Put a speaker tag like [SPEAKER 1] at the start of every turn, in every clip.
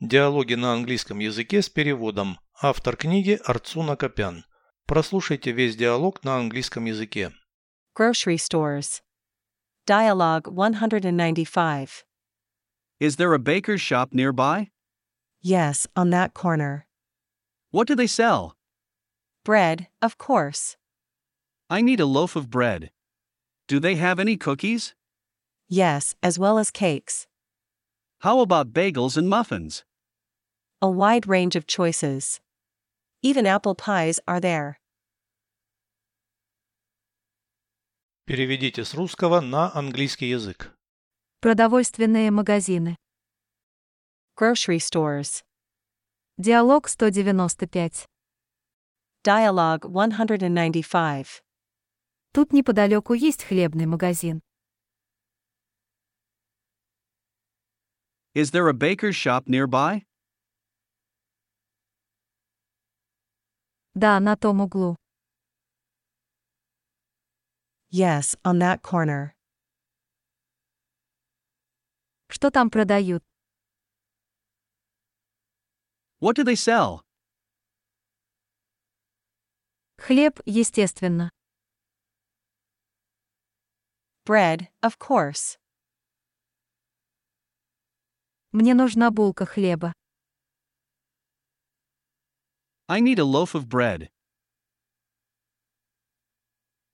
[SPEAKER 1] Диалоги на английском языке с переводом. Автор книги Арцуна Копян. Прослушайте весь диалог на английском языке.
[SPEAKER 2] Grocery stores. Dialogue 195.
[SPEAKER 3] Is there a baker's shop nearby?
[SPEAKER 2] Yes, on that corner.
[SPEAKER 3] What do they sell?
[SPEAKER 2] Bread, of course.
[SPEAKER 3] I need a loaf of bread. Do they have any cookies?
[SPEAKER 2] Yes, as well as cakes.
[SPEAKER 3] How about bagels and muffins?
[SPEAKER 2] A wide range of choices. Even apple pies are there.
[SPEAKER 1] Переведите с русского на английский язык.
[SPEAKER 4] Продовольственные магазины.
[SPEAKER 2] Grocery stores.
[SPEAKER 4] Диалог 195.
[SPEAKER 2] Dialogue 195.
[SPEAKER 4] Тут неподалеку есть хлебный магазин.
[SPEAKER 3] Is there a baker's shop nearby?
[SPEAKER 4] Да, на том углу.
[SPEAKER 2] Yes, on that corner.
[SPEAKER 4] Что там продают?
[SPEAKER 3] What do they sell?
[SPEAKER 4] Хлеб, естественно.
[SPEAKER 2] Bread, of course.
[SPEAKER 4] Мне нужна булка хлеба.
[SPEAKER 3] I need a loaf of bread.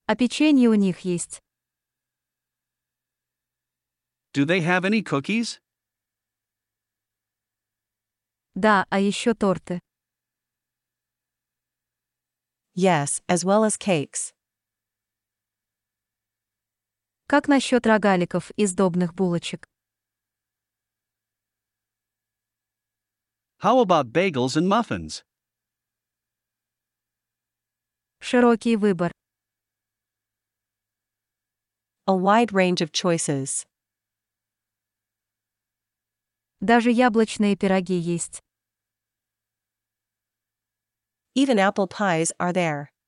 [SPEAKER 4] А печенье у них есть.
[SPEAKER 3] Do they have any cookies?
[SPEAKER 4] Да, а еще торты.
[SPEAKER 2] Yes, as well as cakes.
[SPEAKER 4] Как насчет рогаликов и сдобных булочек?
[SPEAKER 3] How about bagels and muffins?
[SPEAKER 4] Широкий выбор.
[SPEAKER 2] A wide range of choices.
[SPEAKER 4] Даже яблочные пироги есть.
[SPEAKER 2] Even apple pies are there.